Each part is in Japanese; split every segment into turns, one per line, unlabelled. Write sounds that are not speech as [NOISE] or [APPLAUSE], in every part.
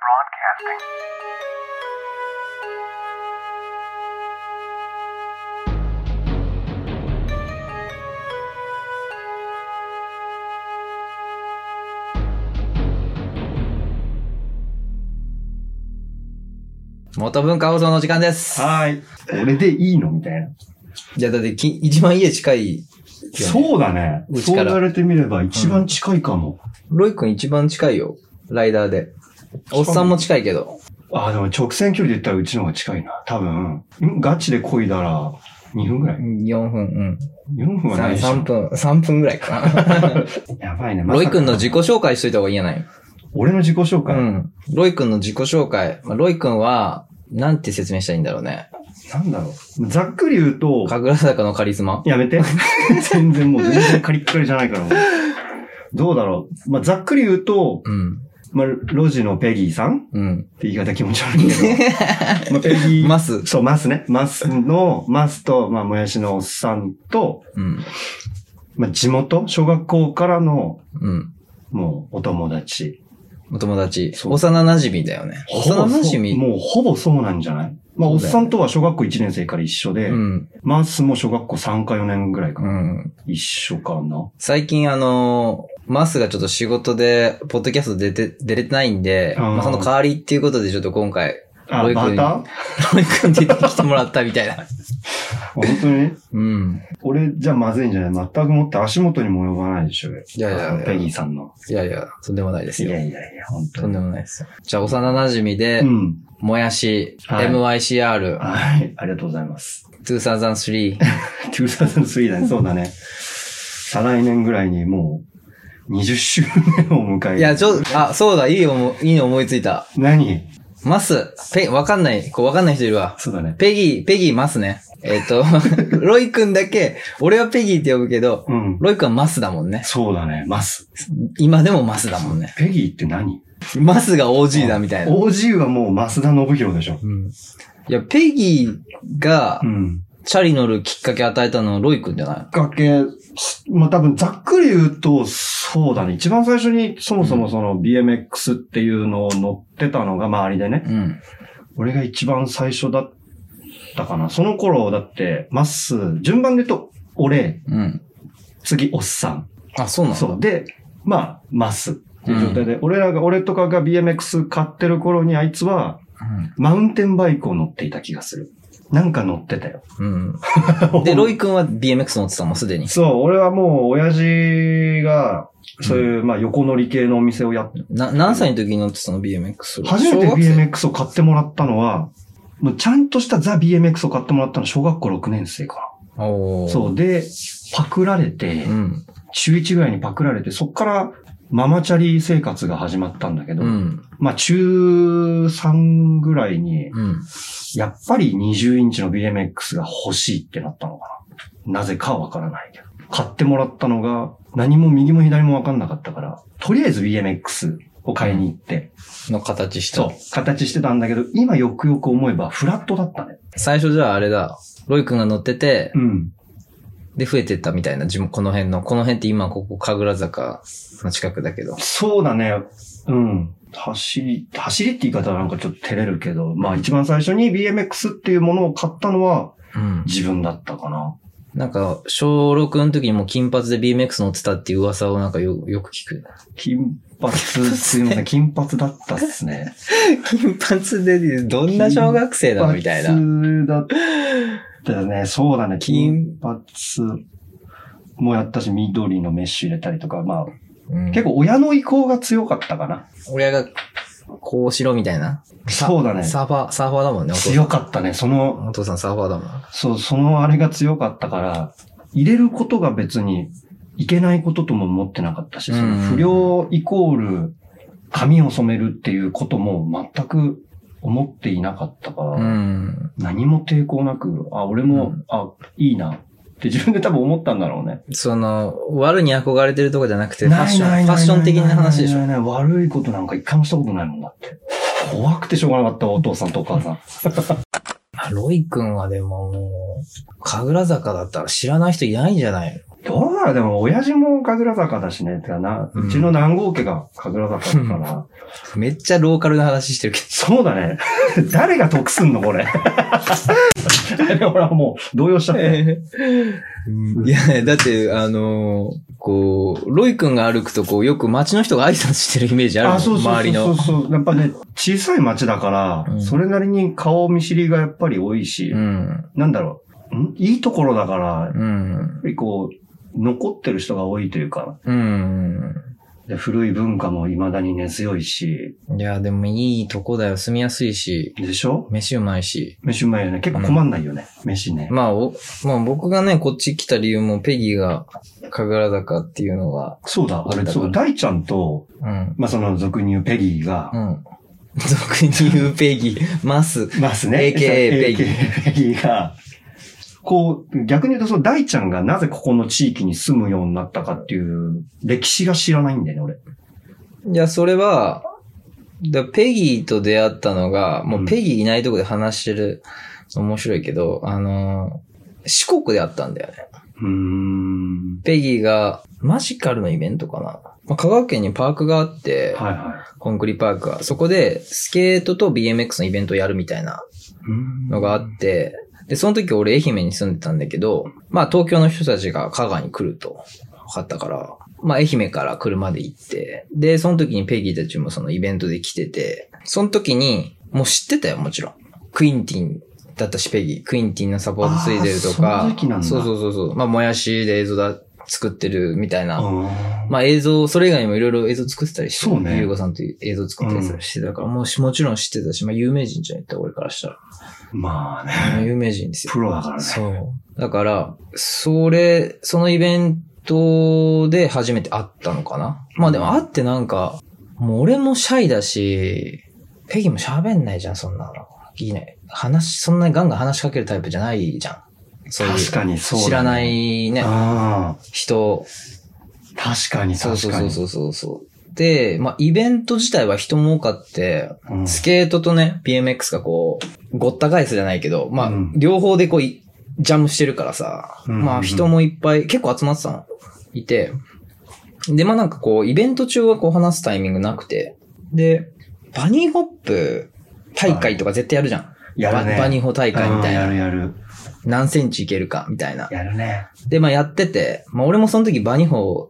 Podcasting.
「元文化放送」の時間です。
はい。俺でいいのみたいな。
じゃあだってき一番家近いよね、
そうだね。
うち
そう
から
言われてみれば一番近いかも。
ロイ君一番近いよ。ライダーで。おっさんも近いけど。
ああ、でも直線距離で言ったらうちの方が近いな。多分、んガチで漕いだら2分ぐらい
4分、
?4
う
分
ん。
はない
3,
でしょ。
分、3分ぐらい
[LAUGHS]
かな。
やばいね。まさ
ロ
か
イ君の自己紹介しといた方がいいんじゃない
俺の自己紹
う
介。
ん。ロイ君の自己紹介。まあ、ロイ君は、なんて説明したらいいんだろうね。
なんだろう。ざっくり言うと、
神楽坂のカリスマ
やめ
[LAUGHS]
て。全然もう全然カリッカリじゃないからもう。どうだろう。まあ、ざっくり言うと、
うん。
まあ、路地のペギーさん
うん。
って言い方気持ち悪
[LAUGHS]
いけど。まあペギー
マス。
そう、マスね。マスの、マスと、まあ、もやしのおっさんと、
うん。
まあ、地元、小学校からの、
うん。
もう、お友達。
お友達。
そう
幼馴染だよね。幼馴
ほぼ
染
そうもう、ほぼそうなんじゃないまあ、
そ
お
う
っ
だよね
さんとは小学校1年生から一緒で、
うん。
マスも小学校3か4年ぐらいか
う
な。
ん。
一緒かな。
最近あのーマスがちょっと仕事で、ポッドキャスト出て、出れてないんで、
うん
まあ、その代わりっていうことでちょっと今回、 [LAUGHS]
あ、
ロイ
ま
君
た
ロイ君出てきてもらったみたいな。
本当に
うん。
俺じゃまずいんじゃない全くもって足元にも及ばないでしょ。い
やいやいや
ペギーさんの。
いやいや、とんでもないです
い
よ
や。いやいや、本
と
当
ん
に
で。もないですよ。じゃあ、幼馴染で、
うん。
もやし、
はい
MYCR、
はい。ありがとうございます。
2003、
2003だね、そうだね。再来年ぐらいにもう、20周年を迎える。
いや、ちょ、あ、そうだ、いい思い、いいの思いついた。
何
マス、ペ、わかんない、こうわかんない人いるわ。
そうだね。
ペギー、ペギーマスね。えっ、と、 [LAUGHS] ロイ君だけ、俺はペギーって呼ぶけど、
うん。
ロイ君はマスだもんね。
そうだね、マス。
今でもマスだもんね。
ペギーって何
マスが OG だみたいな。
OG はもう増田信弘でしょ。
うんいや、ペギーが
うん。
チャリ乗るきっかけ与えたのはロイ君じゃない
崖、まあ、多分ざっくり言うと、そうだね。一番最初にそもそもその BMX っていうのを乗ってたのが周りでね。
うん。
俺が一番最初だったかな。その頃だって、マス、順番で言うと、俺、
うん。
次、おっさん。
あ、そうなの
そう。で、まあ、マスっていう状態で、俺らが、俺とかが BMX 買ってる頃にあいつは、マウンテンバイクを乗っていた気がする。なんか乗ってたよ。
うん。うん。で、ロイ君は BMX 乗ってたもん、すでに。
[LAUGHS] そう、俺はもう、親父が、そういう、まあ、横乗り系のお店をやって、
な、何歳の時に乗ってたの ?BMX を。
初めて
小学生
BMX を買ってもらったのは、もうちゃんとしたザ・ BMX を買ってもらったの小学校6年生か
お
な。
ー
そう。で、パクられて、
うん。
中1ぐらいにパクられて、そっから、ママチャリ生活が始まったんだけど、
うん。
まあ、中3ぐらいに、
うん。
やっぱり20インチの BMX が欲しいってなったのかな。なぜかはわからないけど。買ってもらったのが、何も右も左もわかんなかったから、とりあえず BMX を買いに行って、
の形した。
そう、形してたんだけど、今よくよく思えばフラットだったね。
最初じゃああれだ。ロイ君が乗ってて
う、ん。
で、増えてったみたいな、自分この辺の。この辺って今、ここ、神楽坂の近くだけど。
そうだね。うん。走り、走りって言い方はなんかちょっと照れるけど、まあ一番最初に BMX っていうものを買ったのは
うん。
自分だったかな。
なんか、小6の時にもう金髪で BMX 乗ってたっていう噂をなんかよよく聞く。
金髪、すいません、金髪だったっす
[LAUGHS]
ね。
金髪で、どん
ん
な
な
小
小
学生なのみたいな。
金髪だったよね。そうだね。
金
金髪もやったし、緑のメッシュ入れたりとか、まあ、結
結構、
構親の意向が強かったかな。
親が、こうしろみたいな。さ
そうだね。
サーファー、サーファーだもんね、お父さん。
強かったね。その、
お父さんサーファーだもん。
そう、そのあれが強かったから、入れることが別にいけないこととも思ってなかったし、その不良イコール髪を染めるっていうことも全く思っていなかったから、
うん。
何も抵抗なく、あ、俺も、
うん
あ、いいなって自分で多分思ったんだろうね。
その、悪に憧れてるとかじゃなくて、ファッション、ファッション的な話でしょ。
ょ。ない悪いことなんか一回もしたことないもんだって。怖くてしょうがなかったわお父さんとお母さん。
あロイ君はでももう、神楽坂だったら知らない人いないんじゃない
どうだろうでも親父も神楽坂だしね。てかな、
うん
うちの南郷家が神楽坂だから。
めっちゃローカルな話してるけど。
そうだね。 [LAUGHS] 誰が得すんのこれ。 [LAUGHS] ほら、もう、
[LAUGHS]
動揺しちゃった。うん
いや、だって、あのーこう、ロイ君が歩くと、こう、よく街の人が挨拶してるイメージあるもん
あ、そうそう
周り
そ
の
う。そうそう。やっぱね、小さい町だから、
うん
それなりに顔見知りがやっぱり多いし、
うん。
なんだろう。んいいところだから、やっ
うん。
ぱりこう、残ってる人が多いというか、
うん。
で古い文化も未だに根強いし、
いや、でもいいとこだよ。住みやすいし、
でしょ
飯うまいし。
飯うまいよね。結構困んないよね。飯ね。
まあ、お、まあ僕がね、こっち来た理由もペギーが、神楽坂っていうのが、
そうだ、あ
あれ
れ、
だ
そう、大ちゃんと、
うん。
まあ、その俗に言うペギーが
う、ん。俗に言うペギー、マス。
ますね。
AKA
[LAUGHS]
ペギー
AKA ペギーが、こう、逆に言うとその大ちゃんがなぜここの地域に住むようになったかっていう歴史が知らないんだよね、
いや、それは、だペギーと出会ったのが、もうペギーいないとこで話してる、面白いけど、あのー四国であったんだよね。
俺。うーん。
ペギーが、マジカルのイベントかな。まあ、香川県にパークがあって、
はいはい。
コンクリパークが。そこで、スケートと BMX のイベントをやるみたいな
うーん
のがあって、で、その時俺愛媛に住んでたんだけど、まあ東京の人たちが香川に来ると分かったから、まあ愛媛から車で行って、で、その時にペギーたちもそのイベントで来てて、その時に、もう知ってたよ、もちろん。クインティンだったし、ペギー。クインティンのサポートついてると
あーそ
か
の時期なん、だ
そうそうそうそう。まあ、もやしで映像だ、作ってるみたいな。
うーん
まあ映像、それ以外にもいろいろ映像作ってたりして、
そうね
ゆうごさんという映像作ったりしてたから、もうしもちろん知ってたし、まあ有名人じゃんって俺からしたら。
まあね。
有名人ですよ。
プロだからね。
そう。だから、それ、そのイベントで初めて会ったのかな。まあでも会ってなんか、もう俺もシャイだし、ペギも喋んないじゃん、そんなの。いいね。話、そんなにガンガン話しかけるタイプじゃないじゃん。そういう
確かにそうだね
知らないね、
ああ。
人。
確かに
そうそ
確
う
か
そう
に。
そうそうそう。で、まあ、イベント自体は人も多かって、
うん
スケートとね、BMX がこう、ごった返すじゃないけど、まあ、
うん
両方でこうい、ジャムしてるからさ、
うんうんうん
まあ人もいっぱい、結構集まってたの、いて、で、まあなんかこう、イベント中はこう話すタイミングなくて、で、バニーホップ大会とか絶対やるじゃん。
やるね。
ババニーホ大会みたい
うん
な。
やるやる。
何センチいけるか、みたいな。
やるね。
で、まあやってて、まあ俺もその時バニホ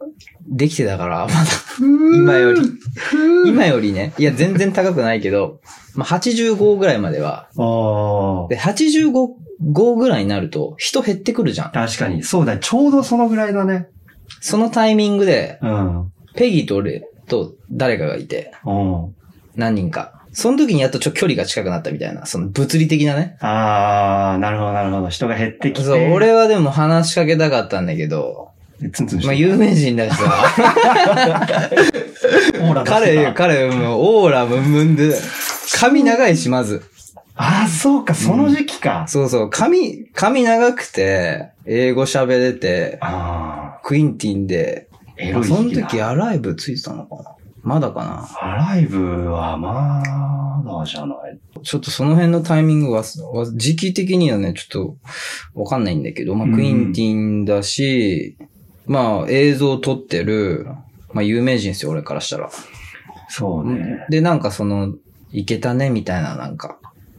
できてたから、まだ、今より、今よりね、いや全然高くないけど、まあ85ぐらいまでは、
ああ。
で、85、5ぐらいになると人減ってくるじゃん。
確かに。そうだ、ちょうどそのぐらいだね。
そのタイミングで、
うん。うん。
ペギーと俺と誰かがいて、何人か。その時にやっとちょっと距離が近くなったみたいな、その物理的なね。
ああ、なるほど、なるほど。人が減ってきて。
そう、俺はでも話しかけたかったんだけど、
ツンツンしてる
まあ有名人だし
[LAUGHS]
さ。
オーラ出して
彼、
た
彼、もう、オーラムンムンで、髪長いし、まず。
ああ、そうか、その時期か。
そうそう、髪、髪長くて、英語喋れて、
ああ、
クインティンで、
エロい
その
時期だ。
時アライブついてたのかなまだかな
アライブはまだじゃない。
ちょっとその辺のタイミングは、わ時期的にはね、ちょっとわかんないんだけど、まあ、
うん
クインティンだし、まあ、映像撮ってる、まあ、有名人ですよ、俺からしたら。
そうね。
で、なんかその、いけたね、みたいな、なんか、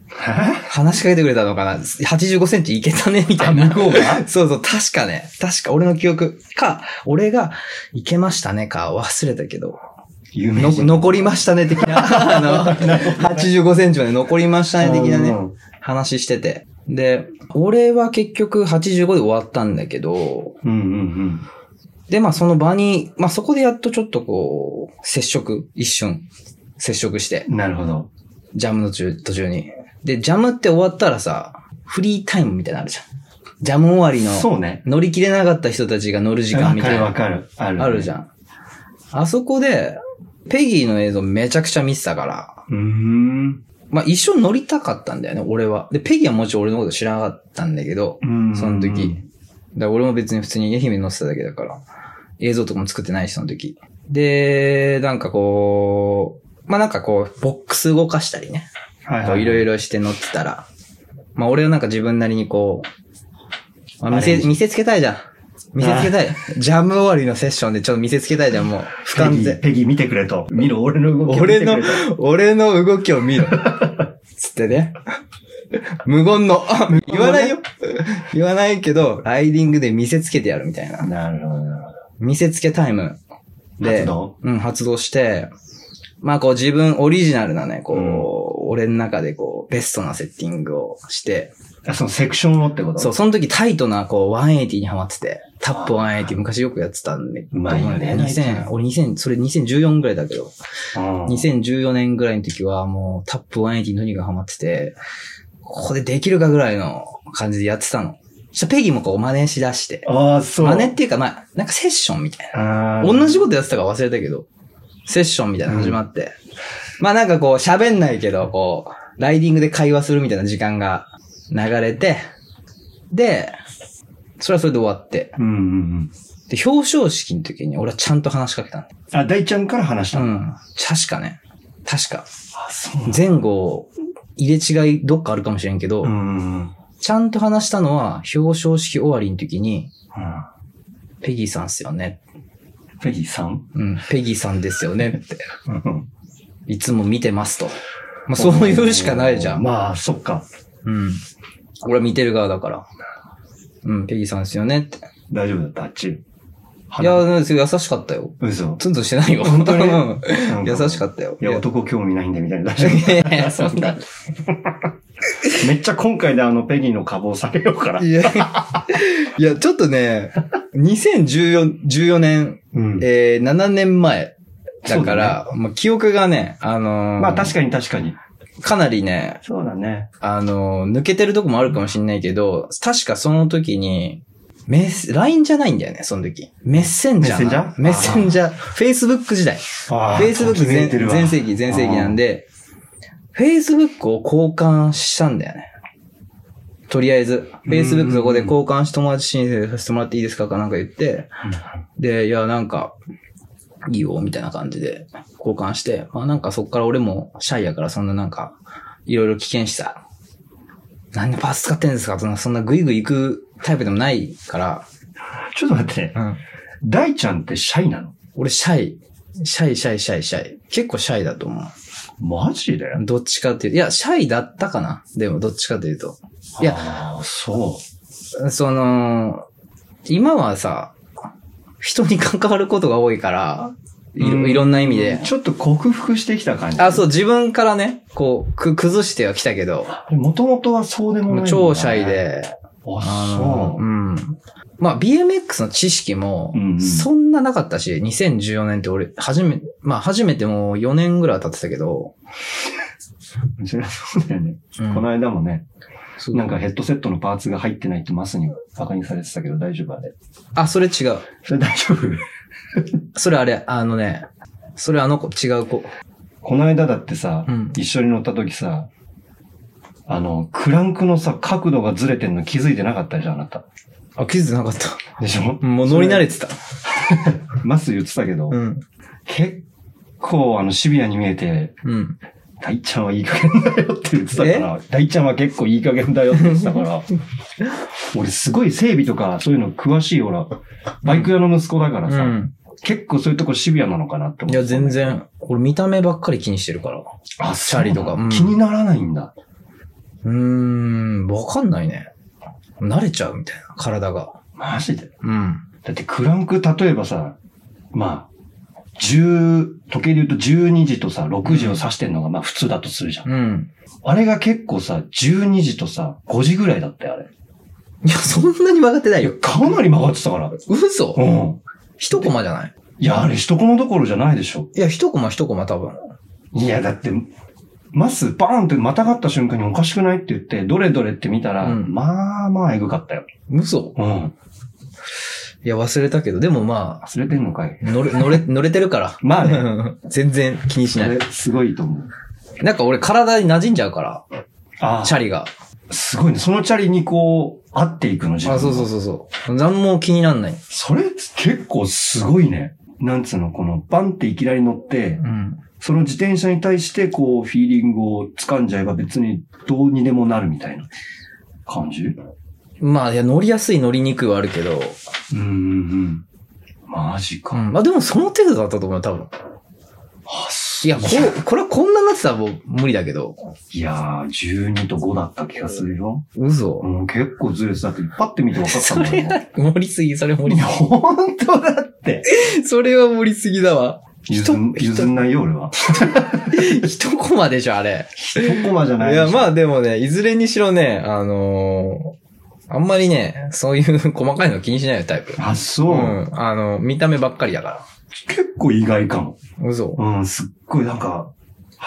は
話しかけてくれたのかな ?85 センチいけたねみたいな。
あ向こう
[LAUGHS]
が
そうそう、確かね。確か、俺の記憶か、俺が、いけましたねか、忘れたけど。
有名
の
人。
残りましたね、的
[LAUGHS]
な。あの、85センチまで残りましたね、的なね、話してて。で、俺は結局85で終わったんだけど、
うんうんうん。
で、まあその場に、まあそこでやっとちょっとこう、接触、一瞬、接触して。
なるほど。
ジャムの中途中に。で、ジャムって終わったらさ、フリータイムみたいなのあるじゃん。ジャム終わりの、
そうね。
乗り切れなかった人たちが乗る時間
わ
み
か
たい
る
な。
わかる。ある、
あるじゃ
ん。
ん。あそこで、ペギーの映像めちゃくちゃ見てたから、
うーん。
まあ一緒に乗りたかったんだよね、俺は。で、ペギーはもちろん俺のこと知らなかったんだけど
う、ん
その時。だから俺も別に普通に愛媛に乗ってただけだから、映像とかも作ってないし、その時。で、なんかこう、まあなんかこう、ボックス動かしたりね。
はい
こ
は
う
い。
いろい
ろ。
ろして乗ってたら、まあ俺はなんか自分なりにこう、まあ見
アレン
せ、
ジ
見せつけたいじゃん。見せつけたい。ジャム終わりのセッションでちょっと見せつけたいじゃん、もう。俯
ペ
瞰
ギ
で
ー、。ペギー見てくれと。見ろ、俺の動きを見て
俺
く
の
れと。、
俺の動きを見ろ。つってね。無言の。言わないよ。言わないけど、ライディングで見せつけてやるみたいな。
なるほど、なるほど。
見せつけタイムで、
活動
うん、発動して、まあこう自分オリジナルなね、こう、俺の中でこう、ベストなセッティングをして、
あ、そのセクションをってこと
そう、その時タイトなこう、180にハマってて、タップ180昔よくやってたんで、
うまいよね
2000、俺2000、それ2014ぐらいだけど、
うん。
2014年ぐらいの時はもうタップ180のにがハマってて、ここでできるかぐらいの感じでやってたの。そしたらペギーもこう真似しだして。
ああ、そう。
真似っていうかまあ、なんかセッションみたい
あ
な。
ー
同じことやってたか忘れたけど、セッションみたいなの始まって。まあなんかこう喋んないけど、こう、ライディングで会話するみたいな時間が流れて、で、それはそれで終わって。
うんうんうん。
で、表彰式の時に俺はちゃんと話しかけたの。
あ、大ちゃんから話した
う
の。
ん。確かね。確か。
あ、そうなんだ
前後、入れ違いどっかあるかもしれんけど、
うんうんうん。
ちゃんと話したのは表彰式終わりの時に、
う
ペギーさんっすよね。
んペギーさん
うん、ペギーさんですよねって。
うん
いつも見てますと。まあ、 [LAUGHS] そういうしかないじゃん。
まあ、そっか。
うん。俺は見てる側だから。うん、ペギーさんっすよねって。
大丈夫だったあっち。
いや、なんですよ優しかったよ。
嘘。
ツンツンしてないよ。
本当に
うん
なん
[LAUGHS] 優しか
った。
ったよ。
いや、男興味ないんで、みたいな。 [LAUGHS]
いやいや、そんな。
めっちゃ今回であのペギーの株を下げようから。
いや、いや、ちょっとね、2014 14年
うん。
えー、7年前だから
そ、
まあ、記憶がね、あのー
まあ確かに確かに。
かなりね、
そうだね。
あのー抜けてるとこもあるかもしんないけど、確かその時に、メッセ、LINE じゃないんだよね、その時。メッセンジャーな。メ
メッ
ッ
セ
セ
ン
ンジャー Facebook 時代。
あ
Facebook 全全
世
盛期、全盛期なんで、Facebook を交換したんだよね。とりあえず、Facebook そこで交換して友達申請させてもらっていいですかかなんか言って、で、いや、なんか、いいよ、みたいな感じで交換して、まあなんかそっから俺もシャイやからそんななんか、いろいろ危険しさ、何でパーツ使ってんですかそんな、そんなグイグイ行くタイプでもないから、
ちょっと待ってね。大ちゃんってシャイなの
俺シャイ、シャイシャイシャイシャイ、結構シャイだと思う。
マジで
どっちかっていう、いや、シャイだったかなでも、どっちかというと。いや
や、そ
その、今はさ、人に関わることが多いから、いうろいろんな意味で
う。。ちょっと克服してきた感じ。
あ、そう、自分からね、こう、く、崩しては来たけど、
もともとはそうでもない
も
ん
う
だ。
超シャイで、
あ、
の
そうう。
ん。まあ、BMX の知識も
うんう、ん
そんななかったし、2014年って俺、初め、まあ、初めてもう4年ぐらい経ってたけど、
そりゃそうだよね。
うん
この間もね、
そう
なんかヘッドセットのパーツが入ってないってマスに馬鹿にされてたけど大丈夫あれ。
あ、それ違う。
それ大丈夫
それあれ、あのね、それあの子、違う子。
この間だってさ
うん、
一緒に乗った時さ、あの、クランクのさ、角度がずれてんの気づいてなかったじゃん、あなた。
あ、気づいてなかった。 [LAUGHS]
でしょ
もう乗り慣れてた。
それマス言ってたけど、
ん。
結構あのシビアに見えて、
うん。
大ちゃんはいい加減だよって言ってたから、大ちゃんは結構いい加減だよって言って
[LAUGHS]
たから、俺すごい整備とかそういうの詳しい、ほら、バイク屋の息子だから
う
さ、
ん。
結構そういうとこシビアなのかなって思
い
って。
や、全。然、俺見た目ばっかり気にしてるから。
あ、
シャリとか
そうなの
うん
気にならないんだ。
うーん、わかんないね。慣れちゃうみたいな、体が。
マジで。
うん。
だってクランク、例えばさ、まあ、10、時計で言うと12時とさ、6時を指してんのがまあ普通だとするじゃん。
うん。
あれが結構さ、12時とさ、5時ぐらいだったよ、あれ。
いや、そんなに曲がってないよ。
かなり曲がってたから。
嘘
うん。
一コマじゃない
いや、あれ一コマどころじゃないでしょ。
いや、一コマ一コマ多分。
いや、だって、マスバーンってまたがった瞬間におかしくないって言って、どれどれって見たら、
うん
まあまあエグかったよ。
嘘
うん。
いや、忘れたけど、でもまあ、
忘れてんのかい。
乗れ、乗れ、乗れてるから。
まあね
ね。 [LAUGHS] 全然気にし
そ
ない
れ。すごいと思う。
なんか俺体に馴染んじゃうから、
あ
チャ
リ。
リが。
すごいね。そのチャリにこう、合っていくの、自分
あ、
が
そうそうそうそう。何も気になんない。
それ結構すごいね。なんつうの、このバンっていきなり乗って
う、ん。
その自転車に対してこうフィーリングを掴んじゃえば別にどうにでもなるみたいな感じう
まあ、いや、乗りやすい、乗りにくいはあるけど、
んうんうん。マジか。
まあでもその程度だったと思うよ、多分。
あ、
いや、こう、これこんなになってたらもう無理だけど。
いやー、12と5だった気がするよ。
嘘。
うん、結構ずれてたって、パッて見て分かった
そ
もん
れは、盛りすぎ、それ盛りす
本当だって。
ぎ。 [LAUGHS] それは盛りすぎだわ。
譲ん
人
譲んないよ、俺は。
一コマでしょ、あれ。
一コマじゃない
いや、まあ
あ、
でもね、いずれにしろね、あのーあんまりね、そういう細かいの気にしないよ、タイプ。
あ、そうう、
ん。あの、見た目ばっかりだか
結構意外かも。
ら。嘘。
うん、すっごいなんか、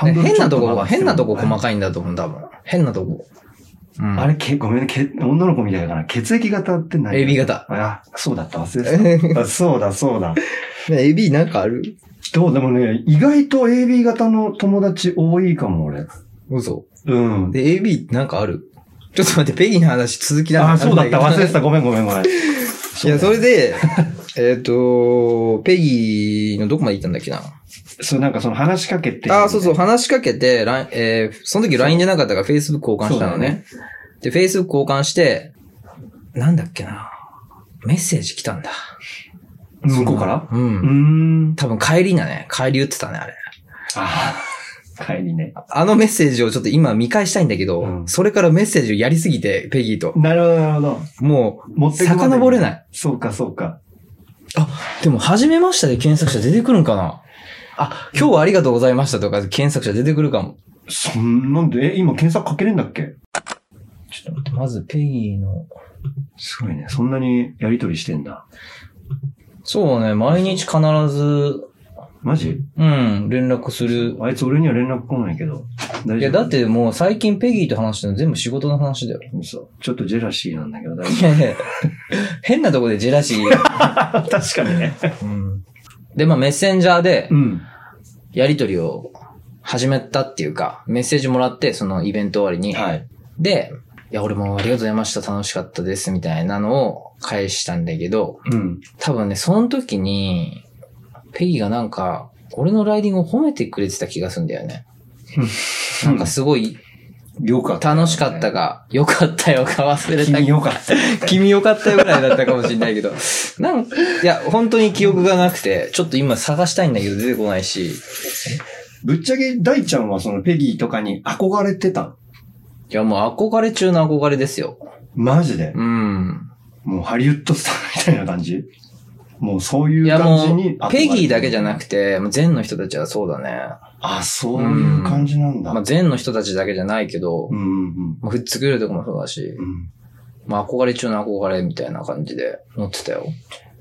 ね変なとこが、変なとこ細
い。
かいんだと思う、多分。変なとこ。うん。
あれ、け、ごめんね、け、女の子みたいだから、血液型って何
AB
[LAUGHS]
型。
あ、そうだった、忘れてた。あそうだ、そう
ね、
だ。
AB なんかある
どうでもね、意外と AB 型の友達多いかも、俺。
嘘。
うん。
で、AB なんかあるちょっと待って、ペギーの話続きなん
あ、そうだった、忘れて
た。
た、ごめん、ごめん、ごめん。
[LAUGHS] いや、それ
で、
で、 [LAUGHS] えっと、ペギーのどこまで行ったんだっけな。
そう、なんかその話しかけて。
あ、そうそう、話しかけて、ラインえーその時 LINE じゃなかったから Facebook 交換したのね。で、Facebook 交換して、なんだっけな。メッセージ来たんだ。
向こうから
う
うー
ん。
ん。
多分帰りだね。帰り打ってたね、あれ。
あー帰りね。
あのメッセージをちょっと今見返したいんだけど、
うん
それからメッセージをやりすぎて、ペギーと。
なるほど、なるほど。
も
持ってくまでに
遡れない。
そうか、そうか。
う、でも、初めましたで検索者出てくるんかなあ、今日はありがとうございましたとか検索者出てくるかも。
そんなんで、え、今検索かけれんだっけ
ちょっと待って、まずペギーの。
すごいね。そんなにやりとりしてんだ。
そうね、毎日必ず、
マジ
うん、連絡する。
あいつ俺には連絡来ないけど。大
いや、だ
て。
ってもう最近ペギーと話してるの全部仕事の話 [LAUGHS] だよ。
嘘ちょっとジェラシーなんだけど、大丈
いやいや、変なとこでジェラシー。 [LAUGHS]
夫確かにね。
うんで、まあメッセンジャーで
う、ん。
やりとりを始めたっていうか、メッセージもらって、そのイベント終わりに。
はい。
で、いや、俺もありがとうございました、楽しかったです、みたいなのを返したんだけど、
うん。
多分ね、その時に、ペギーがなんか、俺のライディングを褒めてくれてた気がするんだよね。なんかすごい
よかった。
楽しかったが、よかったよか忘れた
君
[LAUGHS] けど
よかった。
君よかったよぐらいだったかもしれないけど。なんいや、本当に記憶がなくて、ちょっと今探したいんだけど出てこないし。
ぶっちゃけ大ちゃんはそのペギーとかに憧れてた
いや、もう憧れ中の憧れですよ。
マジで。
うん。
もうハリウッドスターみたいな感じもうそうい
いうや、
感じ
も
に
う、ペギーだけじゃな
く
くて、もう全の人たちはそうだね。
あ、そういう感じなんだ。
まあ、全の人たちだけじゃないけど
う、んうん
まあ、ふっつくるとこもそうだし
う、ん。
まあ、憧れ中の憧れみたいな感じで乗ってたよ。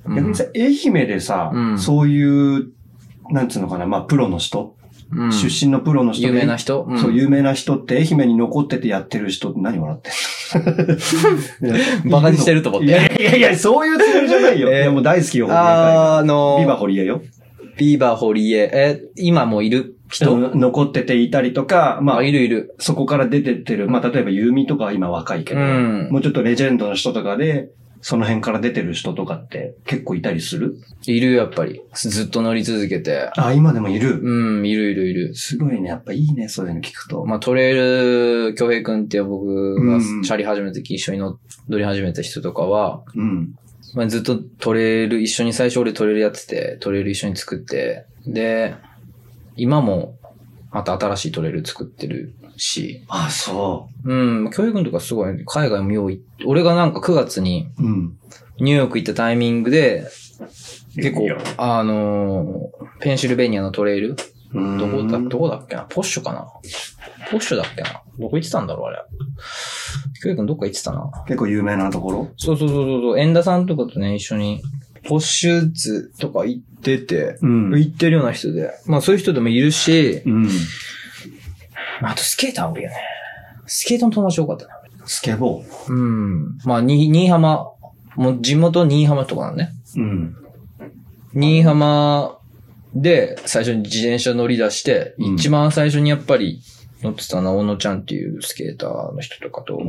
うん
逆にさ、愛媛でさ、
うん
そういう、なんつうのかな、まあ、プロの人、
うん
出身のプロの人で
有名な人ん
そう、有名な人って、愛媛に残っててやってる人って何笑ってん
[LAUGHS]
のいや
バカにしてると思って
いやいやいや、そういうつもりじゃないよ。
えー
いや、もう大好きよ、堀江
あーあの
会
ー
ビバ堀江よ。
ビーバー堀江、え、今もいる人、
うん残ってていたりとか、ま
あ、
あ、
いるいる。
そこから出てってる、まあ、例えば、ユーミとかは今若いけど、
うん
もうちょっとレジェンドの人とかで、その辺から出てる人とかって結構いたりする
いるよ、やっぱり。ずっと乗り続けて。
あ、今でもいる。
うん、いるいるいる。
すごいね。やっぱいいね、そういうの聞くと。
まあ、トレイル、京平くんっていう僕が
うん
チャリ始めた時一緒に乗乗り始めた人とかは、
うん。
まあ、ずっとトレイル、一緒に最初俺トレイルやってて、トレイル一緒に作って、で、今もまた新しいトレイル作ってるし、
あ、そ
うん、京平くんとかすごい、海外もよう行って、俺がなんか9月に
う。うん。
ニューヨーク行ったタイミングで、結構
いいよ、
あのーペンシルベニアのトレイルどこだ、
うーん
どこだっけなポッシュかなポッシュだっけなどこ行ってたんだろうあれ。きょういくんどっか行ってたな。
結構有名なところ
そうそうそうそう、エンダさんとかとね、一緒に、ポッシュズとか行ってて、
うん
行ってるような人で。まあそういう人でもいるし
う、ん。
まああとスケーター多いよね。スケートの友達多かったな。
スケボー。
うん。まあ、に、新居浜、もう地元新居浜とかなのね。
うん。
新居浜で最初に自転車乗り出して、
うん
一番最初にやっぱり乗ってたのは小野ちゃんっていうスケーターの人とかと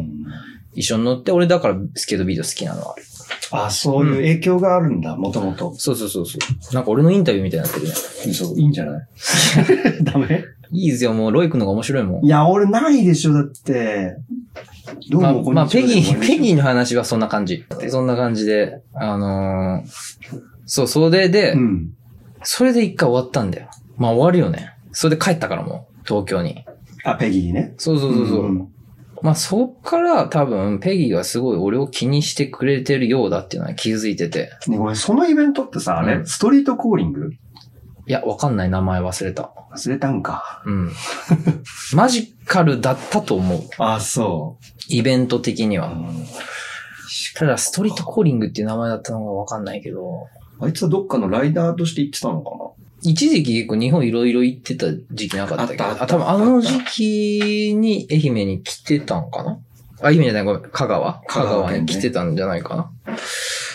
一緒に乗って、俺だからスケートビート好きなのはある。
あ、そういう影響があるんだ、もともと。
そうそうそうそう。なんか俺のインタビューみたいになってるね。
そう、いいんじゃない
[LAUGHS]
ダメ
いいですよ、もうロイ君の方が面白いもん
い。や、俺ないでしょ、だって。どう
まあ、
もこん
まあ、
にちは
ペギー、ペギ
ー。
ーの話はそんな感じ。そんな感じで、あのーそう、それで、
うん。
それで一回終わったんだよ。まあ終わるよね。それで帰ったからもう、東京に。
あ、ペギーね。
そうそうそうそう。
ん
まあそっから多分、ペギーはすごい俺を気にしてくれてるようだっていうのは気づいてて。
ね、ごめん、そのイベントってさ、あれ、
うん
ストリートコーリング
いや、わかんない名前忘れた。
忘れたんか。 [LAUGHS]
うん。マジカルだったと思う。
あ、そ
イベント的に
う
は。
ん
ただ、ストリートコーリングっていう名前だったのがわかんないけど、
あいつはどっかのライダーとして行ってたのか
一時期結構日本いろいろ行ってた時期なかったけど、
あったあった
多分あの時期に愛媛に来てたんかなあ、愛媛じゃない、ごめん、香川香
香川
川
県
に
ね
来てたんじゃないかな、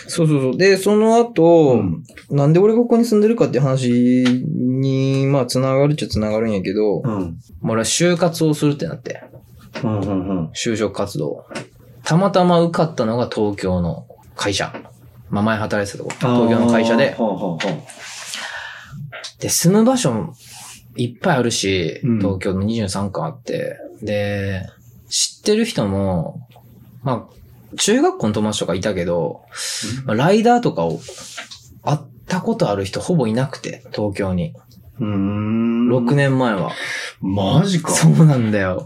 そうそうそう。で、その
な
後、なんで俺がここに住んでるかっていう話に、まあ、つながるっちゃつながるんやけど、
ん。うん。
もう俺は就活をするってなって。
うんうんうん。
就職活動。たまたま受かったのが東京の会社。まあ、前働いてたとこ。東京の会社で。
ほうほうほう。
で、住む場所もいっぱいあるし、
うん
東京の23区あって。で、知ってる人も、まあ、中学校の友達とかいたけど、まあ、ライダーとかを会ったことある人ほぼいなくて、東京に。
うーん。
6。年前は。
マジか。
そうなんだよ。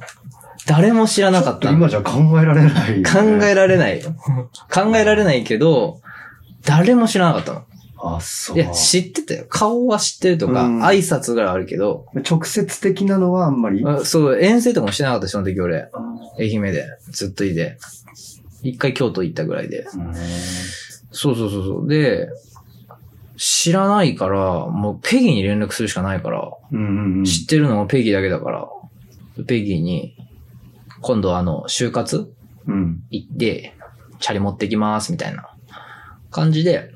誰も知らなかった。
今じゃ考えられない、
考えられ
[LAUGHS]
ないよ。考えられないけど、誰も知らなかったの。
あ、そう。
いや、知ってたよ。顔は知ってるとか、
うん
挨拶ぐらいあるけど、
直接的なのはあんまり。
あそう、遠征とかもしてなかったし、その時俺、
う
愛媛で、ずっといて。一回京都行ったぐらいで。
ん
そうそうそうそう。で、知らないから、もうペギーに連絡するしかないから、
うんうん。
知ってるのもペギーだけだから、ペギーに、今度あの、就活
うん。
行って、チャリ持ってきます、みたいな感じで、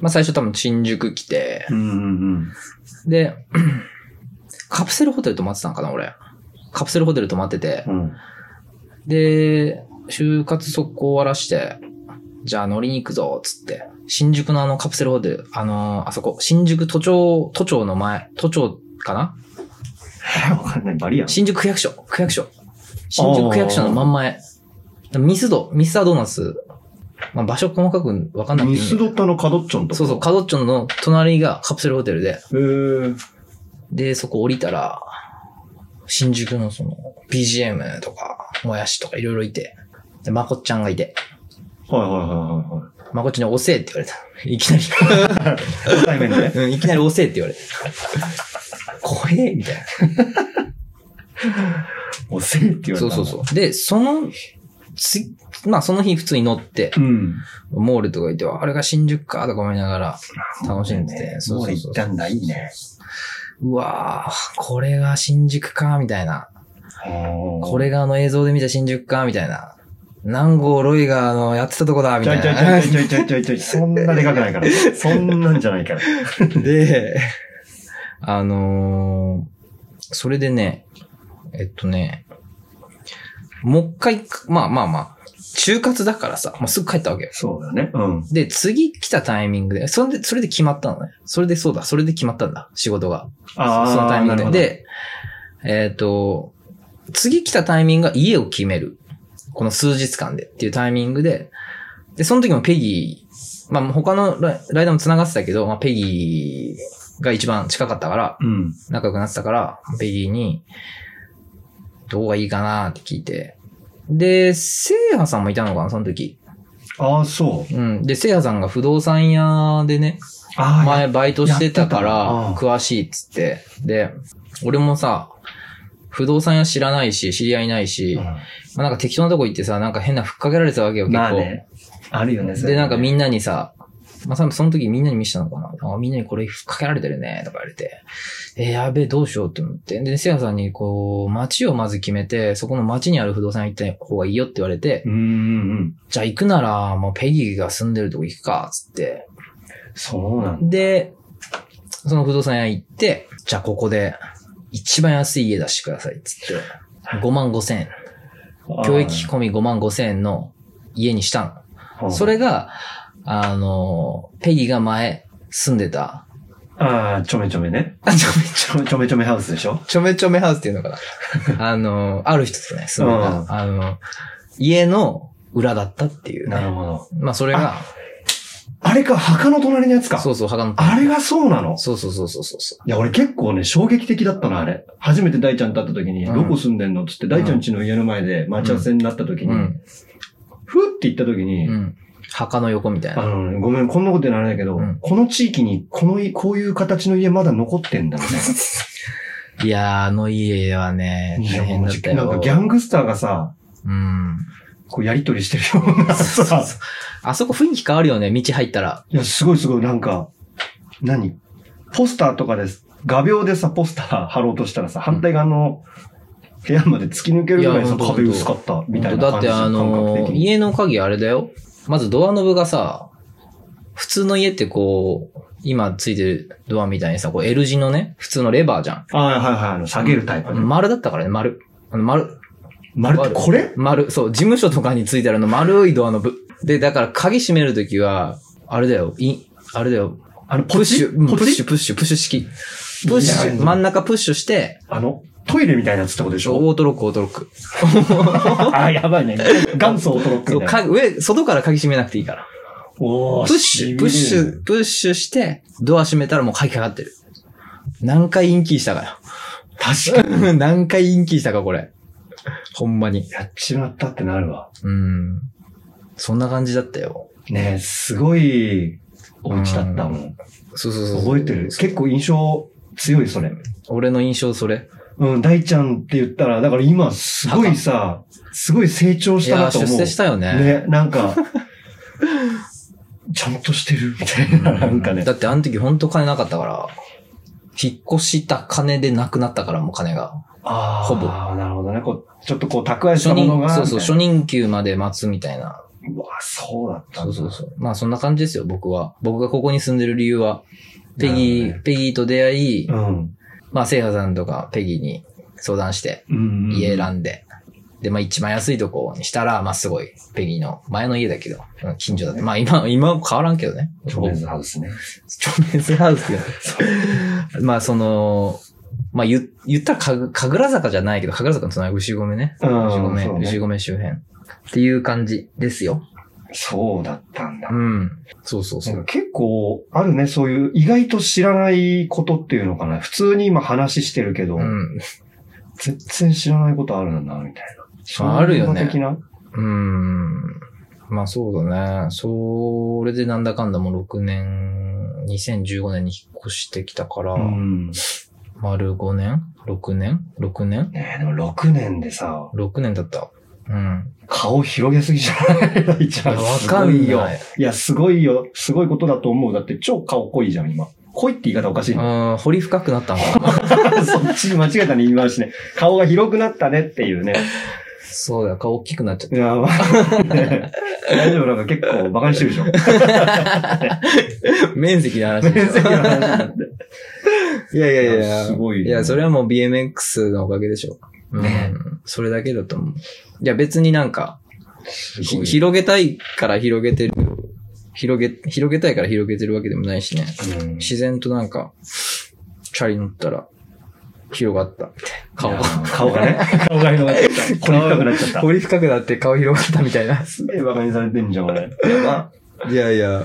まあ最初多分新宿来て、
うんうん
で、 [CLEARS THROAT] カプセルホテル泊まってたんかな、俺。カプセルホテル泊まってて
う、ん。うん。
で、就活速攻終わらして、じゃあ乗りに行くぞ、つって。新宿のあのカプセルホテル、あのーあそこ、新宿都庁、都庁の前、都庁かな
え、わかんない。バリアン。
新宿区役所、区役所。新宿区役所の真ん前。ミスド、ミスタードーナツ。まあ、場所細かくわかんないけ
ミ
ど。
スドタの角っちょんと
そうそう、カドッチョンの隣がカプセルホテルで。
う。へえ。
で、そこ降りたら、新宿のその、BGM とか、もやしとかいろいろいて。で、まこっちゃんがいて。
はいはいは
まこっちゃんにおせえって言われた。 [LAUGHS] いきなり。
いはい。初対面で。
うん、いきなり押せえって言われて。怖えみたいな。
おせえって言われた
そ
ん
う
だ。
そうそう。で、その、つまあその日普通に乗って、
うん。
モールとか行って、あれが新宿かとか思いながら楽しんでて。
そうそうそう。行ったんだ、いいね。
うわぁ、これが新宿か、みたいな。こ
こ
れがあの映像で見た新宿か、みたいな。南郷ロイがあの、やってたとこだ、み
ち
た
ょい
い
ちょいちょ
な。
いちょいちょいちょいちょい。
[LAUGHS]
そんなでかくないから。そんなんじゃないから。
で、あのーそれでね、えっとね、もう一回、まあまあまあ、就活だからさ、まあ、すぐ帰ったわけよ。
そうだね。うん。
で、次来たタイミングで、それで、それで決まったのね。それでそうだ、それで決まったんだ、仕事が。
ああ、
そのタイミン
なる
グ
ほど、
で。で、えっ、と、次来たタイミングが家を決める。この数日間でっていうタイミングで、で、その時もペギー、まあ他のライライダーも繋がってたけど、まあペギーが一番近かったから、
うん。
仲良くなってたから、ペギーに、どうがいいかなって聞いて。で、せいやさんもいたのかな、その時。
ああ、そう。
うん。で、せいやさんが不動産屋でね、
ああ、
前バイトしてたか
や
ら
っ、て
詳しいっつって。で、俺もさ、不動産屋知らないし、知り合いないし、まあ、なんか適当なとこ行ってさ、なんか変なふっかけられてたわけよ、結構。
まあね。あるよね、
で、なんかみ
な。
んなにさ、まあ、多分その時みんなに見せたのかな。あみんなにこれふっかけられてるね、とか言われて。えーやべえ、どうしようって思って。で、せやさんにこう、街をまず決めて、そこの街にある不動産屋行った方がいいよって言われて
う、んうんうん。
じゃあ行くなら、もうペギーが住んでるとこ行くか、つって。
そうなんだ。
で、その不動産屋行って、じゃあここで一番安い家出してくださいっつって、5万5千円。教育費込み5万5千円の家にした
ああ
の。そ、れが、あの、ペギが前住んでた、
ああ、ちょめちょめね。
あ、ちょめちょ、
ちょめちょめちょめハウスでしょ
[LAUGHS] ちょめちょめハウスっていうのかな。 [LAUGHS] あの、ある人とね、住んで
う
た、あの、家の裏だったっていうね、
ほど。
まあそれが、
あれか、墓の隣のやつか。
そうそう、墓の。
あれがそうなの
そうそうそうそうそうそ
いや、俺結構ね、衝撃的だったな、あれ。初めて大ちゃんと会った時に、
うん
どこ住んでんのつって、大ちゃん家の家の前で待ち合わせになった時
う。
に、
うん。
ふって行った時に、
うん。墓の横みたい
あ
な。
のね、ごめん、こんなこと言うのあれだけど、
うん
この地域に、このい、こういう形の家まだ残ってんだみたい
いやー、あの家はね、
な。
[LAUGHS] 大変だった
なんか
よ。
ギャングスターがさ、
うん。
こうやりとりしてるような
そうそう
さ、
そあそこ雰囲気変わるよね、道入ったら。
いや、すごいすごい、なんか、何ポスターとかです。画鋲でさ、ポスター貼ろうとしたらさ、反対側の部屋まで突き抜けるぐらい
いや
さ、
ほんと
壁薄かったみたいな
だっ
感じ
て
じゃ
あ
ん感覚
の、
的に
家の鍵あれだよ。まずドアノブがさ、普通の家ってこう、今ついてるドアみたいにさ、こう L 字のね、普通のレバーじゃん。
あはいはいはい、あの、下げるタイプね。
丸だったからね、丸。あの丸、
まるってこれ
丸、そう、事務所とかについてあるあの丸いドアノブ。で、だから鍵閉めるときは、あれだよ、い、あれだよ、
あの、
プ
ポ
ッ
チ
シュ、うん
ポ
プッシ
チ
ュ、プッシュ、プッシュ式。プッシ
いい
ュ、
ね
真ん中プッシュして、
あの、トイレみたいなやつってことでしょ
オートロック、オートロック。
[LAUGHS] あ、やばいね。元祖オートロック
そ
み
う、
たいな。
か上、外から鍵閉めなくていいから。
おー
プッシュ、プッシ。
しびれる
ュ、プッシュして、ドア閉めたらもう鍵かかってる。何回インキーしたかよ。確かに。 [LAUGHS] 何回インキーしたか、これ。ほんまに。
やっちまったってなるわ。
うん。そんな感じだったよ。
ねえ、すごい、お家だったもん。
そうそうそう。
覚えてる結構印象強い、それ。
俺の印象それ。
うん、大ちゃんって言ったら、だから今、すごいさ、すごい成長
い
した
や
な
ー、
と
出
思う。
世したよね。
ね、なんか、 [LAUGHS] ちゃんとしてるみたいな、なんかね。 [LAUGHS]
だってあの時ほんと金なかったから、引っ越した金でなくなったからもう金が。
ああ、
ほぼ
なるほどね。こうちょっとこう、蓄えし
初
たもの
任、
が。
そうそう、
み
初
たい
任給まで待つみたいな。
なうわ、そうだったん
そ
だ。
うそうそう。まあそんな感じですよ、僕は。僕がここに住んでる理由は、ペギ
なる
ー、
ほどね
ペギーと出会い、
うん。
まあ聖波さんとかペギーに相談して、
うん。
家選んで、で、まあ一番安いとこにしたら、まあすごい、ペギーの前の家だけど、うん近所だって。まあ今、今は変わらんけどね。
チョメズハウスね。
ちょめずハウスよ。まあ、その、まあ言う、言ったらかぐ、神楽坂じゃないけど、神楽坂の隣、牛込ね。
う
牛
ん。
込、
そう
牛
ね
込周辺。っていう感じですよ。
そうだったんだ
う。ん。そうそうそ
なんか
う。
結構あるね、そういう意外と知らないことっていうのかな。普通に今話してるけど、
うん。
全然知らないことあるんだな、みたいな。そ
あるよね
んな的な
うん。まあそうだね。それでなんだかんだもう6年、2015年に引っ越してきたから、
うん。
丸5年 ?6 年 ?6 年
ねえ、でも6年でさ、
?6 年だった。うん。
顔広げすぎじゃない大ちゃん。
いやわかんない
すごいよ。いや、すごいよ。すごいことだと思う。だって超顔濃いじゃん、今。濃いって言い方おかしいね。
うん、掘り深くなった [LAUGHS] のかな。
[LAUGHS] そっち間違えたね、言い回しね。顔が広くなったねっていうね。
そうだよ、顔大きくなっちゃった
いや、まあ、ね大丈夫なんか結構馬鹿にしてるでしょ。
面積の話でしょ
面積の話になって。
いやいやい
いや
や。
すごい
い
ね
や、それはもう BMX のおかげでしょ。うん
ね
それだけだと思う。いや、別になんか、
す
ひ
ごい
広げたいから広げてる。広げ、広げたいから広げてるわけでもないしね。
うん
自然となんか、チャリ乗ったら、広がった。顔が。
顔がね。顔が広がっちゃった。こり深くなっち
[LAUGHS]
ゃった。
掘り深くなって顔広がったみたいな。
すげえ馬鹿にされてんじゃん、俺。
いやいや。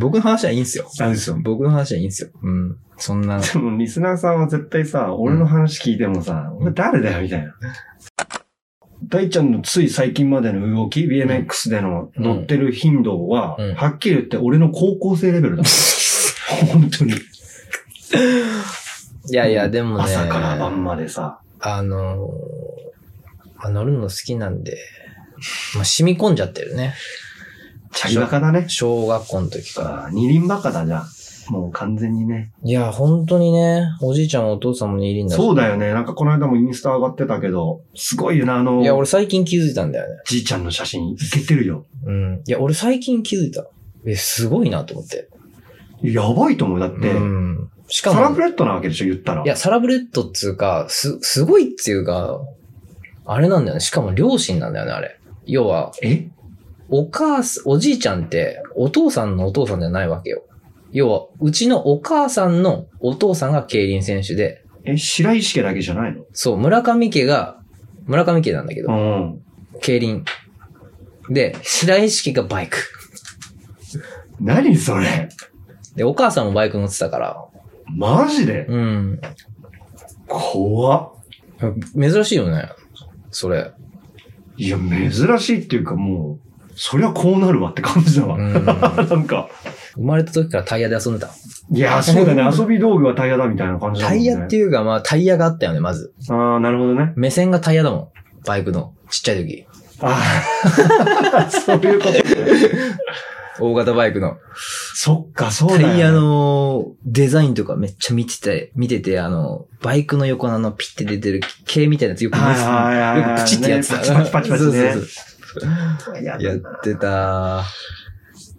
僕の話はいいんすよ。
なんですよ。
僕の話はいいんすよ。うん。そんな。
でも、リスナーさんは絶対さ、俺の話聞いてもさ、
ん
俺誰だよ、みたいな。大ちゃんのつい最近までの動き、BMX での
うん
乗ってる頻度は、
うん
はっきり言って俺の高校生レベルだ。本当に。
いやいや、でもね。
朝から晩までさ。
あのーまあ、乗るの好きなんで、まあ、染み込んじゃってるね。
チャリバカだね。
小学校の時から。
あー二輪バカだじゃん。もう完全にね。
いや、本当にね、おじいちゃんもお父さんも二輪だし
そうだよね。なんかこの間もインスタ上がってたけど、すごいよな、あの、
いや、俺最近気づいたんだよね。
じいちゃんの写真いけてるよ。
うん。いや、俺最近気づいた。え、すごいなと思って。
やばいと思う。だって、
うん。しか
サラ
も
ブ、レッドなわけでしょ、言ったら。
いや、サラブレッドっつうか、す、すごいっつうか、あれなんだよね。しかも両親なんだよね、あれ。要は、
え
お母す、おじいちゃんって、お父さんのお父さんじゃないわけよ。要は、うちのお母さんのお父さんが競輪選手で、
え、白石家だけじゃないの
そう、村上家が、村上家なんだけど、
うん。
競輪。で、白石家がバイク。
何それ
で、お母さんもバイク乗ってたから、
マジで
うん。
怖っ。
珍しいよね。それ。
いや、珍しいっていうかもう、そりゃこうなるわって感じだわ。
うん
[LAUGHS] なんか、
生まれた時からタイヤで遊んでた。
いや、そ
[LAUGHS]
うだね。遊び道具はタイヤだみたいな感じだ
タ
もん
イ
ね。
ヤっていうか、まあタイヤがあったよね、まず。
ああ、なるほどね。
目線がタイヤだもん。バイクの。ちっちゃい時。
ああ、 [LAUGHS] そういうことね。
大型バイクの。
そっか、そうだよね
タイヤ、のデザインとかめっちゃ見てて、見てて、あの、バイクの横のあのピッて出てる系みたいなやつよく見て
はいはいはいはい
よくプチってやつだ、
ねパチパチパチパチね
そうそうそ
や
うやってた。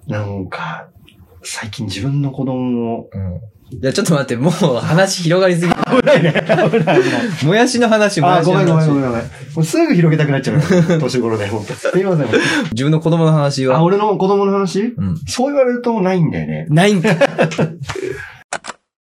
なんか、最近自分の子供を。
うん。いや、ちょっと待って、もう話広がりすぎ。
危ないね。危ない危ない。
もやしの話、も
あ
や
ー、
しの
ごめんごめんごめん
話。
ごめん。もうすぐ広げたくなっちゃうよ。年頃で、ほんと。すいません。
自分の子供の話
あ、
は。
俺の子供の話
うん。
そう言われるともうないんだよね。
ないんか。